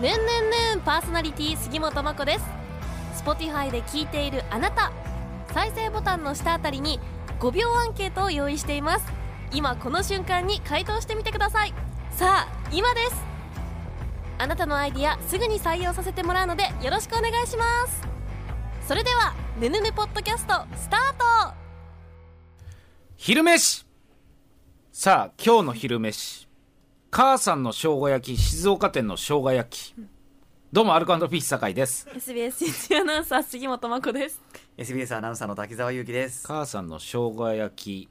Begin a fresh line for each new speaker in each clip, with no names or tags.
ねんねんねんパーソナリティ杉本真子です Spotify で聞いているあなた再生ボタンの下あたりに5秒アンケートを用意しています今この瞬間に回答してみてくださいさあ今ですあなたのアイディアすぐに採用させてもらうのでよろしくお願いしますそれでは「ねぬねポッドキャスト」スタート
昼飯さあ今日の昼飯母さんの生姜焼き静岡店の生姜焼きどうもアルコピース酒井です
SBS 一アナウンサー杉本真子です
SBS アナウンサーの滝沢祐希です。
母さんの生姜焼き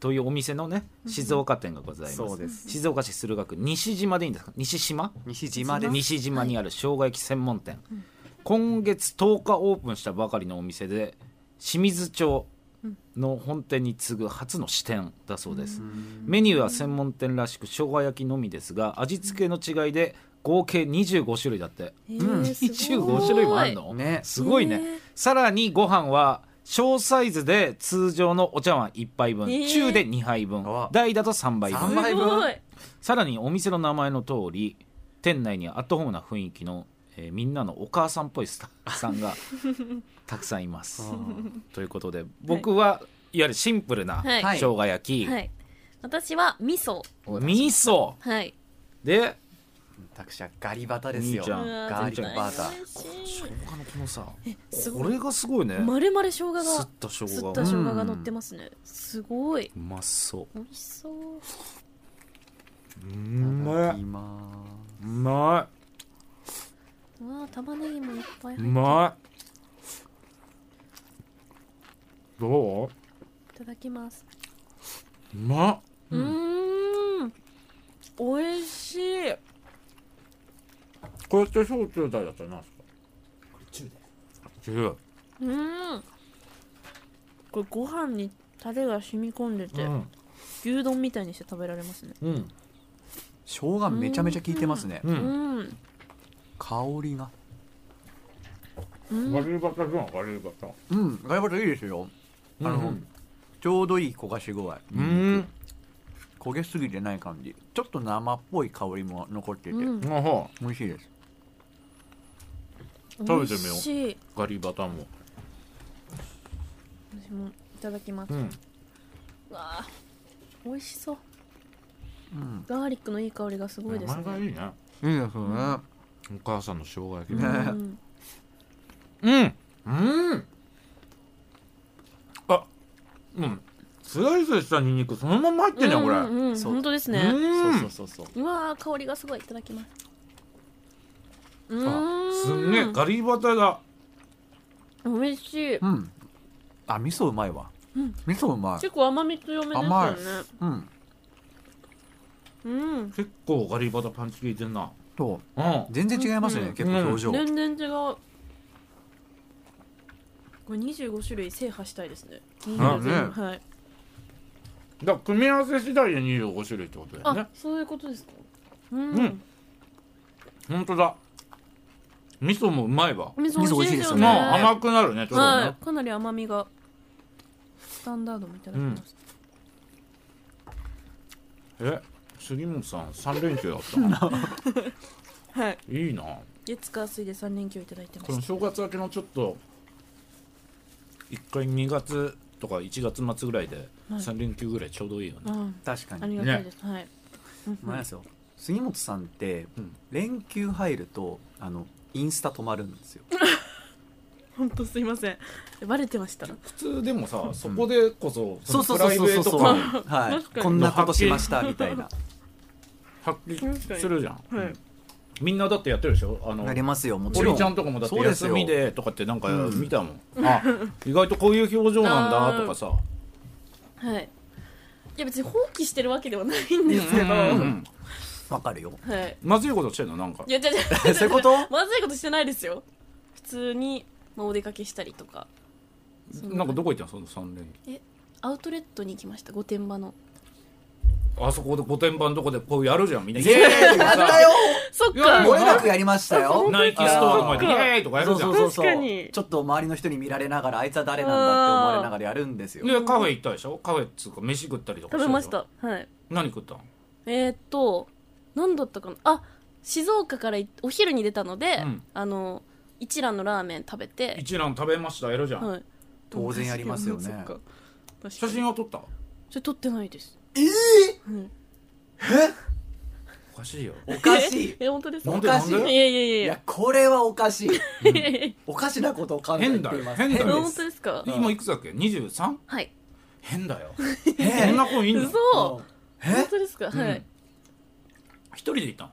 というお店のね静岡店がございます
そうです
静岡市駿河区西島でいいんですか西島
西島です。
西島にある生姜焼き専門店、今月10日オープンしたばかりのお店で清水町の本店に次ぐ初の支店だそうです、メニューは専門店らしく生姜焼きのみですが味付けの違いで合計25種類だって、
うん
25種類もあるの
ね
すごいね、
へえ
さらにご飯は小サイズで通常のお茶碗1杯分、
へえ
中で2杯分
あ
大だと3杯分
三杯
すごい
さらにお店の名前の通り店内にアットホームな雰囲気の、えーみんなのお母さんっぽいスタッフ さんがたくさんいます
うん
ということで僕は、い、わゆるシンプルな
はい
生姜焼き、
はい私は味噌
味噌
はい
で
私はガリバタですよ。
兄ちゃん
うわ
ガリ
絶対
バタ。
生姜のこのさ
すごい
これがすごいね
まるまる生姜が
すった生
す
姜
っ
が
た
う
生
ん
姜が乗ってますねすごいう
まそ
美味しそう
う
うん
まい
いま
うま
うわー玉ねぎもいっぱい入っ
い
てる
うまいどう
いただきます
うまっ
うーん美味しい
これって小中大だったらなんですか中大
うんこれご飯にタレが染み込んでて、
うん
牛丼みたいにして食べられますね
うん
生姜めちゃめちゃ効いてますね。
う
うんん
香りが。
うん
ガリバタじゃんガリバタ
うん、ガリバタいいですよ。あ
あ
の、
の
ちょうどいい焦がし具合。
うん
焦げすぎてない感じ。ちょっと生っぽい香りも残ってて、
うん
あは
美味しいです。
食べてみよう
美味しい
ガリバタも
私もいただきます、
ん
うわあ美味しそう
うん、
ガーリックのいい香りがすごいですね
名前がいいね
いいですよね。
お母さんの生姜焼き
う
ね
ん、
うんうんあうんスライスしたニンニクそのまま入ってんじゃんこれ
うんうんうん
そう
本当ですね、
うん
そうそうそうそう。
うわー香りがすごいいただきますう
あす
ー
んげえガリバタだ
美味しい
うん。あ、味噌うまいわ。
うん
味噌うまい。
結構甘み強めです
甘
よ
い
ね。
うん。
うん
結構ガリバタパンチ効いてんな
そう。
うん
全然違いますね、
うん
結構表情、
全然違うこれ25種類制覇したいですね
あ
25
ね
全部はい
だから組み合わせ次第で25種類ってことだよね
あそういうことですかうん、
うん本当だ味噌もうまいわ
味噌美味しいですよね
味噌美味しいですよね
まあ
は
甘くなるねちょっとね
いかなり甘みがスタンダードみたいな感じです
え杉本さん3連休だった の
はい
いいな
月火水で3連休いただいてま
この
す
正月明けのちょっと1回2月とか1月末ぐらいで
はい
3連休ぐらいちょうどいいよね、
うん
確か
あり
に
がたいです、はい、うん
まあですよ杉本さんって、
うん
連休入るとあのインスタ止まるんですよ
本当すいませんバレてました
普通でもさそこでこそ,、
そうそ
プ
うそう
ライベ
そう
ー
そ
ト
う
感
は
確か
い
に
こんなことしましたみた いな
発揮するじゃん、
はい
みんなだってやってるでしょあの
なりますよもち
堀
ろん
ちゃんとかもだって
そうです
休
よ
みでとかってなんか
うん
見たもん、あ意外とこういう表情なんだとかさ
はいいや別に放棄してるわけではないんですけど、
うんうん
わかるよ
はい
まずいことしてんのなんか
いや、じゃじゃ、
そういうこと
まずいことしてないですよ。普通に、まあ、お出かけしたりとか。
なんかどこ行ったのその3連
アウトレットに行きました、御殿場の。
あそこで御殿場のとこでこうやるじゃんみんな
イエーイやったよ
そっ
いや
か。
も
漏
う
れなくやりましたよ
ナイキストアの前でイ
あー
エーイとかや
そ
る
う
じゃん
そうそうそう
確かに
ちょっと周りの人に見られながらあいつは誰なんだって思われながらやるんですよ
でカフェ行ったでしょカフェっつうか飯食ったりとか
食べ
したでょ
ました。はい。
何食ったの
えー、っと、何だったかな。あ、静岡からいお昼に出たので、
うん
あの一蘭のラーメン食べて、
一蘭食べましたエロじゃん、
はい、
当然やりますよね
そっか 確かに
写真は撮った
それ撮ってないです
ええ
うん
おかしいよ
おかしい
え本当ですか
なんで
お
な
か
ん
し
い
い
やい
で
やいや
い
いや
やこれはおかしい
いやいやい
おかしなことを考えています
変だよ
や
変
本当
で
ですか
うん
今いくつだっけ 23?
はい
変 だよ
す
こん
変
な子いん
嘘
の
うん
本
え
当ですかはい、
うん一人で行ったの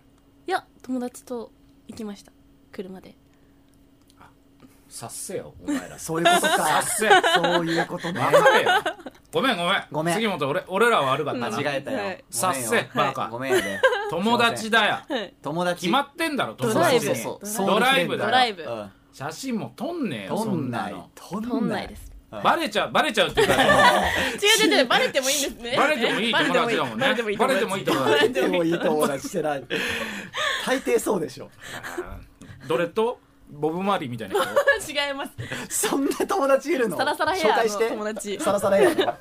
いや友達と行きました車で
さっせよお前ら さ
そういうこと
っ
か
せよ
そういうことね
分かれよごめんごめん
ごめん
杉本俺俺らは悪かったな
間
間違えた
は
よ
い
さっせバカ
ごめんやで
友達だよ
はい
友達
決まってんだろ友
ドライ
達
ブ
に
そうそう
ドライブだよ
ドライブ
写真も撮んねえよ
と
そん
んな
ないの
と
撮んないです
バレちゃうバレちゃうっていうか
違う違う違うバレてもいいんですね
バレてもいい友達だもんね
バレてもいい
バレてもいい友達
バレ
で
ても
も
いい
いい友達してない大抵そうでしょ
どれとボブ・マーリーみたいな人
違います
そんな友達いるの
サラサラヘ
紹
ア
介して
の友達
サラサラヘアの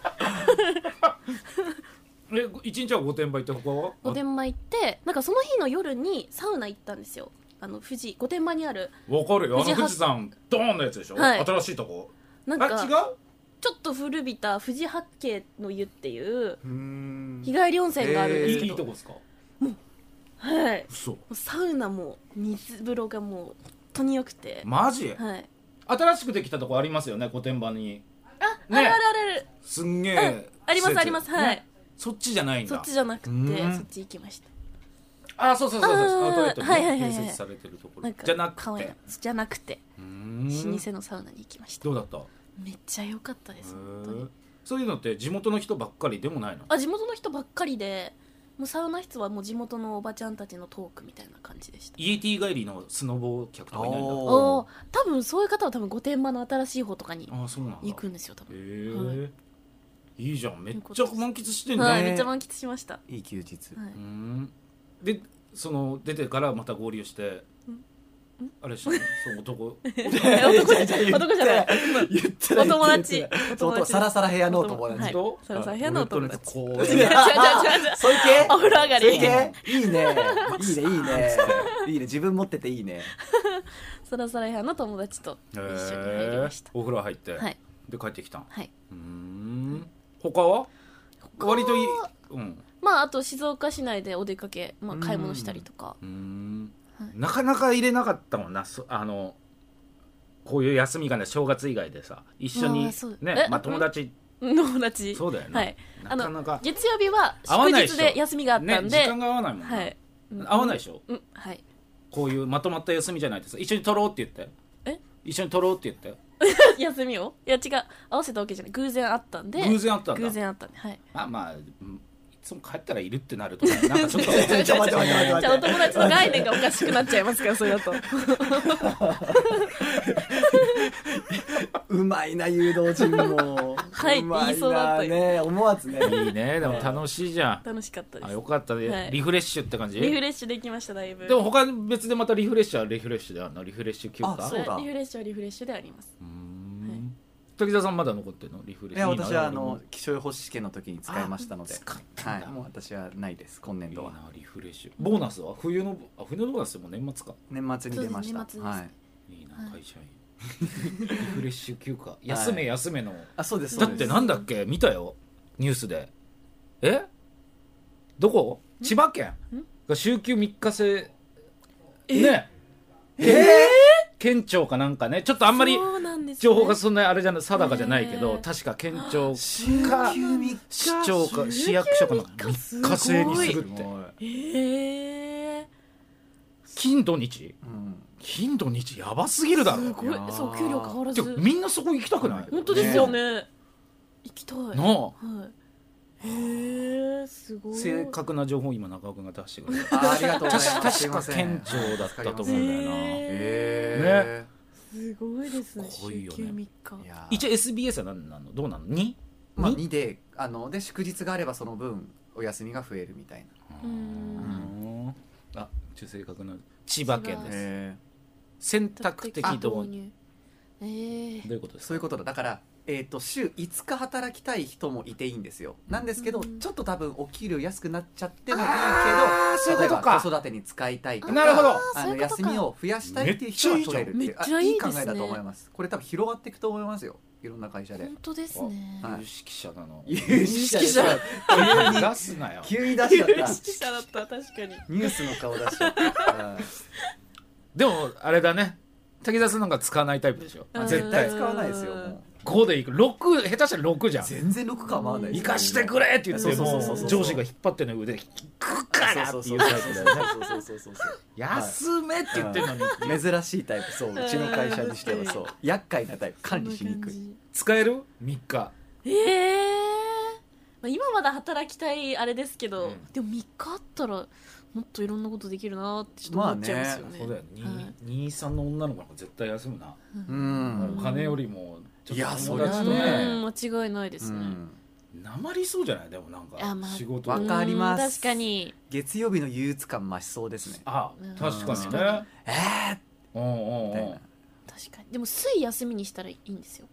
え一日は御殿場行って他は
御殿場行ってなんかその日の夜にサウナ行ったんですよあの富士御殿場にある
わかるよあ
富士
の
八
富士山ドーンのやつでしょ、
はい
新しいとこ
なん
あ違
か
う
ちょっと古びた富士八景の湯っていう
うーん
日帰り温泉があるんですけ
い
ど、
いとこですか
はいも
嘘
うサウナも水風呂がもう本当に良くて、
マジ
はい
新しくできたとこありますよね御殿場に
あ、
ね
あるあるある
すんげ
うん
え
ありますあります
施設
はい
ねそっちじゃないん
そ
だ
っちじゃなくて
うん
そっち行きました
あそうそうそうそう
あー
アウトレットにね
はいはいはいはい
併設されてるとこ
な
ろ
んか
じゃなく
可愛い
て
なじゃなくて
うーん
老舗のサウナに行きました
どうだったへ
めっちゃ良かったです本当
ー
に
そういうのって地元の人ばっかりでもないの
あ地元の人ばっかりでもうサウナ室はもう地元のおばちゃんたちのトークみたいな感じでした
イエティ帰りのスノボ客とかいないんだ
おー
おおー多分そういう方は多分御殿場の新しい方とかに
あーそうなんだ
行くんですよ多
へ
分
え、、
はい
いじゃんめっちゃ満喫してんじゃん、
はい
ね
めっちゃ満喫しましたはい
い休日
うーんでその出てからまた合流してあれしたのその 男
え男
いやいやいや言って
男じゃない
言って
お友達
言ってない
お友達
そうとサラサラ部屋のお友
は
達
い
と
サラサラ部屋のお友達
俺とねこ
違
う
う違う違う違う
そういう系
お風呂上がり
そういう系いいねいいねいい ねいいね自分持ってていいね
サラサラ屋の友達と 一緒に入りました
へーお風呂入って、
はい
で帰ってきたん
はいう
ーん他は
他は
割といいうん
まああと静岡市内でお出かけ、まあ、買い物したりとか
うーん
はい
なかなか入れなかったもんなそあのこういう休みがね正月以外でさ一緒に
あーそう
ね
え
まあ友達
友達
そうだよね、
はい
なかなか
月曜日は
合わ
祝
ないでしょ
日で休みがあったん
ね、
で、
時間が合わないもんな、
はい
合わない
し
でしょ
うんはい
こういうまとまった休みじゃないとさ一緒に取ろうって言って
え
一緒に取ろうって言っ
休みをいや違う合わせたわけじゃない偶然あったんで
て偶然あったんだ
偶然あったんではい
あまあうんいつも帰ったらいるってなるとねなんかちょっと
ちょ待って待って待って
じゃあお友達の概念がおかしくなっちゃいますからそれだと
うまいな誘導陣も
はいって言いそうだったよ
うまいなね思わ ずね
いいねでも楽しいじゃん
楽しかったで
あ
す
よかったね、
はい
リフレッシュって感じ
リフレッシュできましただいぶ
でも他に別でまたリフレッシュはリフレッシュであんのリフレッシュ休
あ
暇
そうだ
リフレッシュはリフレッシュであります
うー
はい
ん滝沢さんまだ残ってるのリフレッ
い
シュ
や
いいな
私はあ
俺
の
も
気象予報士試験の時に使いましたので
あ使った
は
ん
い
だ
もう私はないです今
い
年
い
度は
なリフレッシュボーナスは冬のあ冬のボーナスでも年末か
年末に出まし
そうです年
た
末です
はい
いいな
はい
会社員リフレッシュ休暇休め休めの
あそうです
だ
そ
っ
う
て
です
なんだっけ見たよニュースでえどこ千葉県が週休3日制ねえ県庁かなんかねちょっとあ
あ
んまり
そうなんですね、
情報がそんなにあれじゃない定かじゃないけど
ねえ
確か県庁
週休
か
3日
市長か市役所かなんか
週休
3
三
日
日
制にす
す
るっ
ご
て
ええ
金土日
うん
金土日やばすぎるだ
す
ろ
ごい
いやー
そう給料変わら
て
ず
かみんなそこ行きたくない
本当ですよね行きたい
なあ
はいへえすごい
正確な情報を今中尾君が出してくれた
あありがとうござい
確
ま
か
すすいま
確
せ
か
ん
県庁だったと思うんだよな、
へ
へ
すごいですね
すごいよね
週休三日
ーいやー
一応 SBS は何なのどうなの 2?
まあ
に
2であので祝日があればその分お休みが増えるみたい
ーん
あちょっと正確な千葉県
な
千
です
へ
選択的導入
入ええ
どういうことです
そ
か
ういうことだだからえー、と週5日働きたい人もいていいんですよなんですけど、
うん
ちょっと多分お給料安くなっちゃってもいい
あーそ
け
う
ど
いう
例え
ことか
ば子育てに使いたいとか
なるほど
あー
あ
そうい
の
うことか
休みを増やしたいっていう人は取れるっていう
めっちゃいいじゃん
あ考えだと思いますこれ多分広がっていくと思いますよいろんな会社で
本当ですね
はい
有識者なの
有識者
出すなよ
急に出しちゃった
者だった確かに
ニュースの顔出しちゃった
でもあれだね滝沢さんなんか使わないタイプでしょ
うん
絶
絶
対
対
使わないですよもう
5でいく6下手したら6じゃん
全然6感は合わないです
生かしてくれって言って
そう
も
そうそうそうう
上司が引っ張ってるの腕引くからっていうタイプだよね
そうそうそうそうそうそう
休めって言ってるのにっていう
珍しいタイプそううちの会社にしてはそう厄介なタイプ管理しにくい
使える3日
ええまあ、今まだ働きたいあれですけど、
うん
でも3日あったらもっといろんなことできるなってちょっと思っちゃいますよね,、
そうだよね
はい
23の女の子なんか絶対休むな
うん
お金よりもちょっと
いや
友
そりゃ
達と
そうだよ
ね
うん間違いないですね、
なまりそうじゃないでもなんか
いやまあ
仕事
わかります
うん確かに
月曜日の憂鬱感増しそうですね
あ
うん
確かに
確か
ね
え
う
ー
んうんう
みたい
ん
な
確かにでも水休みにしたらいいんですよ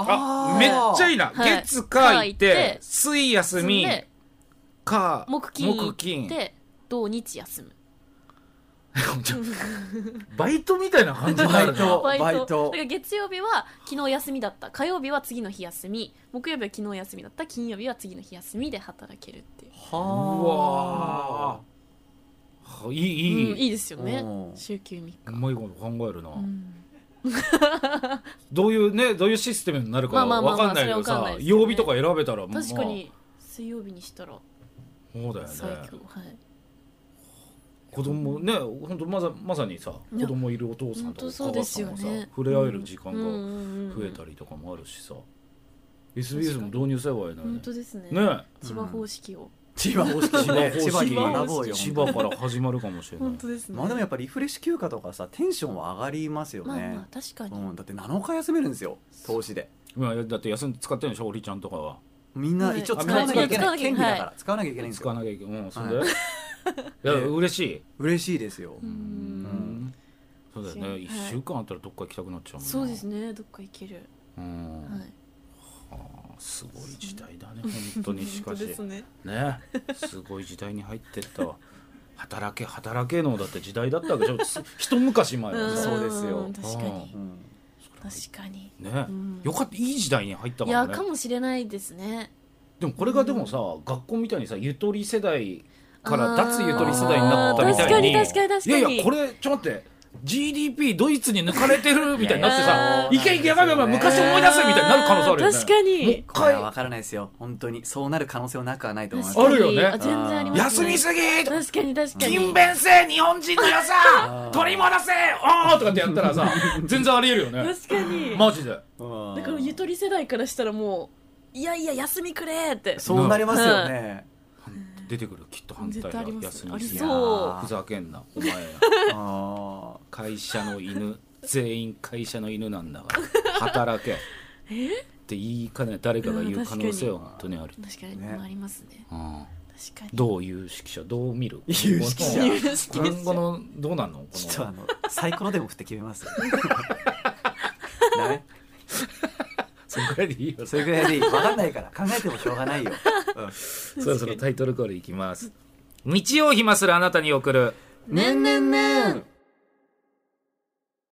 あめっちゃいい
い
な
はい
月火行っ
火行って
て水休み
そんで
火
木金行
木金
って土日休む
ちょバイトみたいな感じにな
バイ
るな
トバイ
だ
ト
から月曜日は昨日休みだった火曜日は次の日休み木曜日は昨日休みだった金曜日は次の日休みで働けるっていう
う
は
わーはいいいい、
うん、いいですよね
うん
週休3日、
うまいこと考えるな、
うん
どういうねどういうシステムになるか
まあまあまあ
わかんないけどさ、
それはわかんないですよね
曜日とか選べたら
確かに水曜日にしたら
まあそうだよ
最
ね
強、はい
子供ね本当まさまさにさ
い
子
や
供いるお父さんと
ほんと
か
そ
お
うで
母
す
さん
よ
も
ね
さ、触れ合える時間
うん
が
うんうん
増えたりとかもあるしさ、SBS も導入すればいいのに
本
ね
当ですね
ね
千葉方式を、
千葉方式ね千葉に学ぼうよ
千葉から始まるかもしれない
本当ですね
まあでもやっぱリフレッシュ休暇とかさテンションは上がりますよ
まあま
ね
あ確かに、
うんだって7日休めるんですよ投資で
今だって休んで使ってるんでしょおりちゃんとかは
みんな
はい
一応使わなきゃいけ
使わな
な
いきゃいけ
権利
ない
だから使わなきゃいけないんです
使わ
よ
なきゃいけないう んそれで、
はい
い、や嬉しい、
嬉しいですよ
うん
うんそうだよ
は
ね
い
一週間あったらどっか行きたくなっちゃうもんな
そうですねどっか行ける、
うん
はい
あーすごい時代だね本当にしか
本
し
当ですね
ねすごい時代に入ってったわ働け働けのだって時代だったわけじゃんす一昔前は
ん
さ
そうですよ
ん確かに
うん
確かに
ね
うん
よかったいい時代に入った
い
から
や
ね
かもしれないですね
でもこれがでもさ学校みたいにさゆとり世代か
あ
ら
ー
脱ゆとり世代になったみたいに
あー確かに確かに確かに
いやいやこれちょっと待って GDP ドイツに抜かれてるみたいになってさ
あ
「
ー
いけいけやばいやばい昔思い出せ」みたいになる可能性あるよね
確かに
もう一
これは
回
分からないですよ本当にそうなる可能性はなくはないと思いま
確か
す
に
あるよね
全然あります
休
ね
みすぎとか
確かに確かに
勤勉性日本人の良さ
ー
取り戻せおーとかってやったらさ全然ありえるよね
確かに、
マジで
うん
だからゆとり世代からしたらもういやいや休みくれって
そうなりますよね
出てくるきっと反対
絶対あ
が
ります
休みす
あり
ぎ
そう
ふざけんなお前ら
あー
会社の犬全員会社の犬なんだから働けって言いかね誰かが言う可能性は本当にある、
確かに、
ね
まあありますね
うん、
確かに
どう有識者どう見る
有識者
今後の
有識者
今後のどうなんのこ
ちょっとあ
の
のサイコロでも振って決めます。 ダ メ
それぐらいでいいよ
それぐらいでいい。わかんないから考えてもしょうがないよ。
そろそろタイトルコールいきます日曜暇するあなたに送る
ねんねんねん。